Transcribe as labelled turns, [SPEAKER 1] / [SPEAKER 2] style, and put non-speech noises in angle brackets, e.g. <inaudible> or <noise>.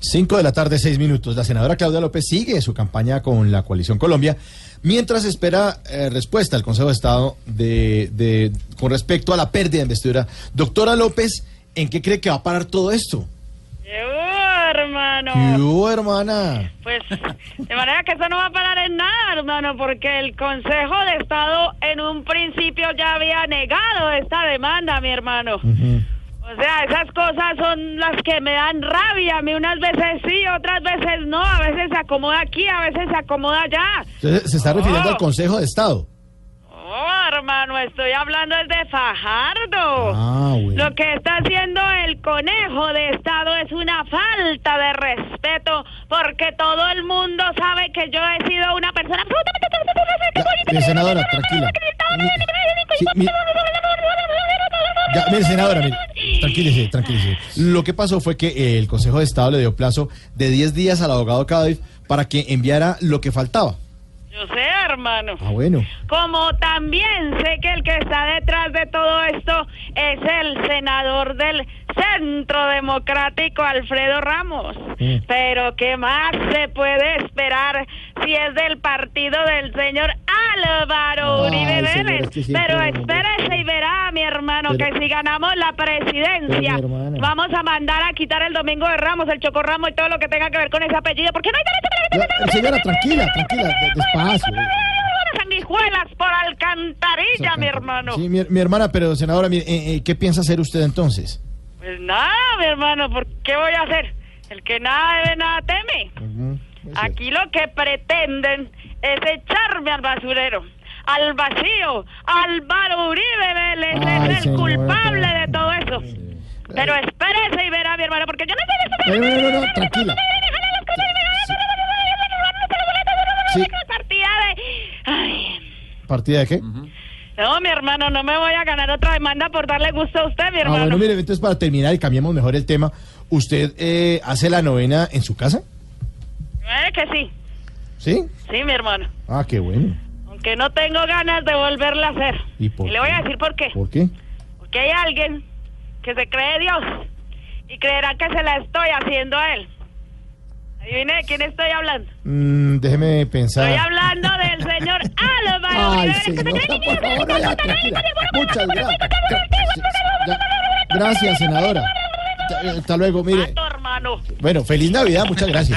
[SPEAKER 1] Cinco de la tarde, seis minutos. La senadora Claudia López sigue su campaña con la coalición Colombia mientras espera eh, respuesta al Consejo de Estado de, de, con respecto a la pérdida de investidura. Doctora López, ¿en qué cree que va a parar todo esto?
[SPEAKER 2] ¿Qué hubo, hermano?
[SPEAKER 1] ¿Qué hubo, hermana?
[SPEAKER 2] Pues, de manera que eso no va a parar en nada, hermano, porque el Consejo de Estado en un principio ya había negado esta demanda, mi hermano.
[SPEAKER 1] Ujú.
[SPEAKER 2] O sea, esas cosas son las que me dan rabia. A mí unas veces sí, otras veces no. A veces se acomoda aquí, a veces se acomoda allá.
[SPEAKER 1] Entonces, se está refiriendo al Consejo de Estado.
[SPEAKER 2] Oh, hermano, estoy hablando es de Fajardo.
[SPEAKER 1] Ah, bueno.
[SPEAKER 2] Lo que está haciendo el conejo de Estado es una falta de respeto, porque todo el mundo sabe que yo he sido una persona absolutamente...
[SPEAKER 1] Ya, eh, senadora, tranquila. Sí, mi- Ya, mire, senadora, mire, tranquilícese, tranquilícese. Lo que pasó fue que eh, el Consejo de Estado le dio plazo de 10 días al abogado Cádiz para que enviara lo que faltaba.
[SPEAKER 2] Yo sé, hermano.
[SPEAKER 1] Ah, bueno.
[SPEAKER 2] Como también sé que el que está detrás de todo esto es el senador del Centro Democrático, Alfredo Ramos.
[SPEAKER 1] Mm.
[SPEAKER 2] Pero ¿qué más se puede esperar si es del partido del señor Álvaro
[SPEAKER 1] Ay,
[SPEAKER 2] Uribe
[SPEAKER 1] señora,
[SPEAKER 2] Vélez?
[SPEAKER 1] es que siempre
[SPEAKER 2] Pero
[SPEAKER 1] vamos de-
[SPEAKER 2] espérese y verá, mi hermano,
[SPEAKER 1] Pero-
[SPEAKER 2] que si ganamos la presidencia,
[SPEAKER 1] Pero, mi hermana.
[SPEAKER 2] vamos a mandar a quitar el Domingo de Ramos, el Chocorramo y todo lo que tenga que ver con ese apellido, porque no hay derecho para
[SPEAKER 1] Ya, eh, señora, tranquila, tranquila, de- despacio.
[SPEAKER 2] las sanguijuelas por alcantarilla, mi hermano.
[SPEAKER 1] Sí, mi, mi hermana, pero senadora, mire, eh, eh, ¿qué piensa hacer usted entonces?
[SPEAKER 2] Pues nada, mi hermano, ¿por qué voy a hacer? El que nada debe, nada teme.
[SPEAKER 1] Ujú, es cierto.
[SPEAKER 2] Aquí lo que pretenden es echarme al basurero, al vacío. Álvaro Uribe Vélez
[SPEAKER 1] Ay,
[SPEAKER 2] es el
[SPEAKER 1] señora.
[SPEAKER 2] culpable de todo eso. Pero espérese y verá, mi hermano, porque yo no sé
[SPEAKER 1] No, no, no, no, tranquila. Sí.
[SPEAKER 2] partida de... Ay.
[SPEAKER 1] ¿Partida de qué?
[SPEAKER 2] No, mi hermano, no me voy a ganar otra demanda por darle gusto a usted, mi
[SPEAKER 1] Ah,
[SPEAKER 2] hermano.
[SPEAKER 1] bueno, mire, entonces para terminar y cambiemos mejor el tema, ¿usted eh, hace la novena en su casa?
[SPEAKER 2] Eh, que sí,
[SPEAKER 1] ¿Sí?
[SPEAKER 2] sí, mi hermano.
[SPEAKER 1] Ah, qué bueno.
[SPEAKER 2] Aunque no tengo ganas de volverla a hacer.
[SPEAKER 1] ¿Y por
[SPEAKER 2] le
[SPEAKER 1] qué?
[SPEAKER 2] voy a decir por qué.
[SPEAKER 1] ¿Por qué?
[SPEAKER 2] Porque hay alguien que se cree Dios y creerá que se la estoy haciendo a él. Adivine de quién estoy hablando.
[SPEAKER 1] Mm, déjeme pensar.
[SPEAKER 2] Estoy hablando del
[SPEAKER 1] <laughs>
[SPEAKER 2] señor Álvaro.
[SPEAKER 1] Ay,
[SPEAKER 2] Uribe Vélez, que se
[SPEAKER 1] senadora,
[SPEAKER 2] cree
[SPEAKER 1] por
[SPEAKER 2] niño.
[SPEAKER 1] favor, ya, tranquila. Muchas gracias. Ya, Gracias, senadora. Ta- Hasta luego, mire.
[SPEAKER 2] Pato, hermano.
[SPEAKER 1] Bueno, feliz Navidad, muchas gracias.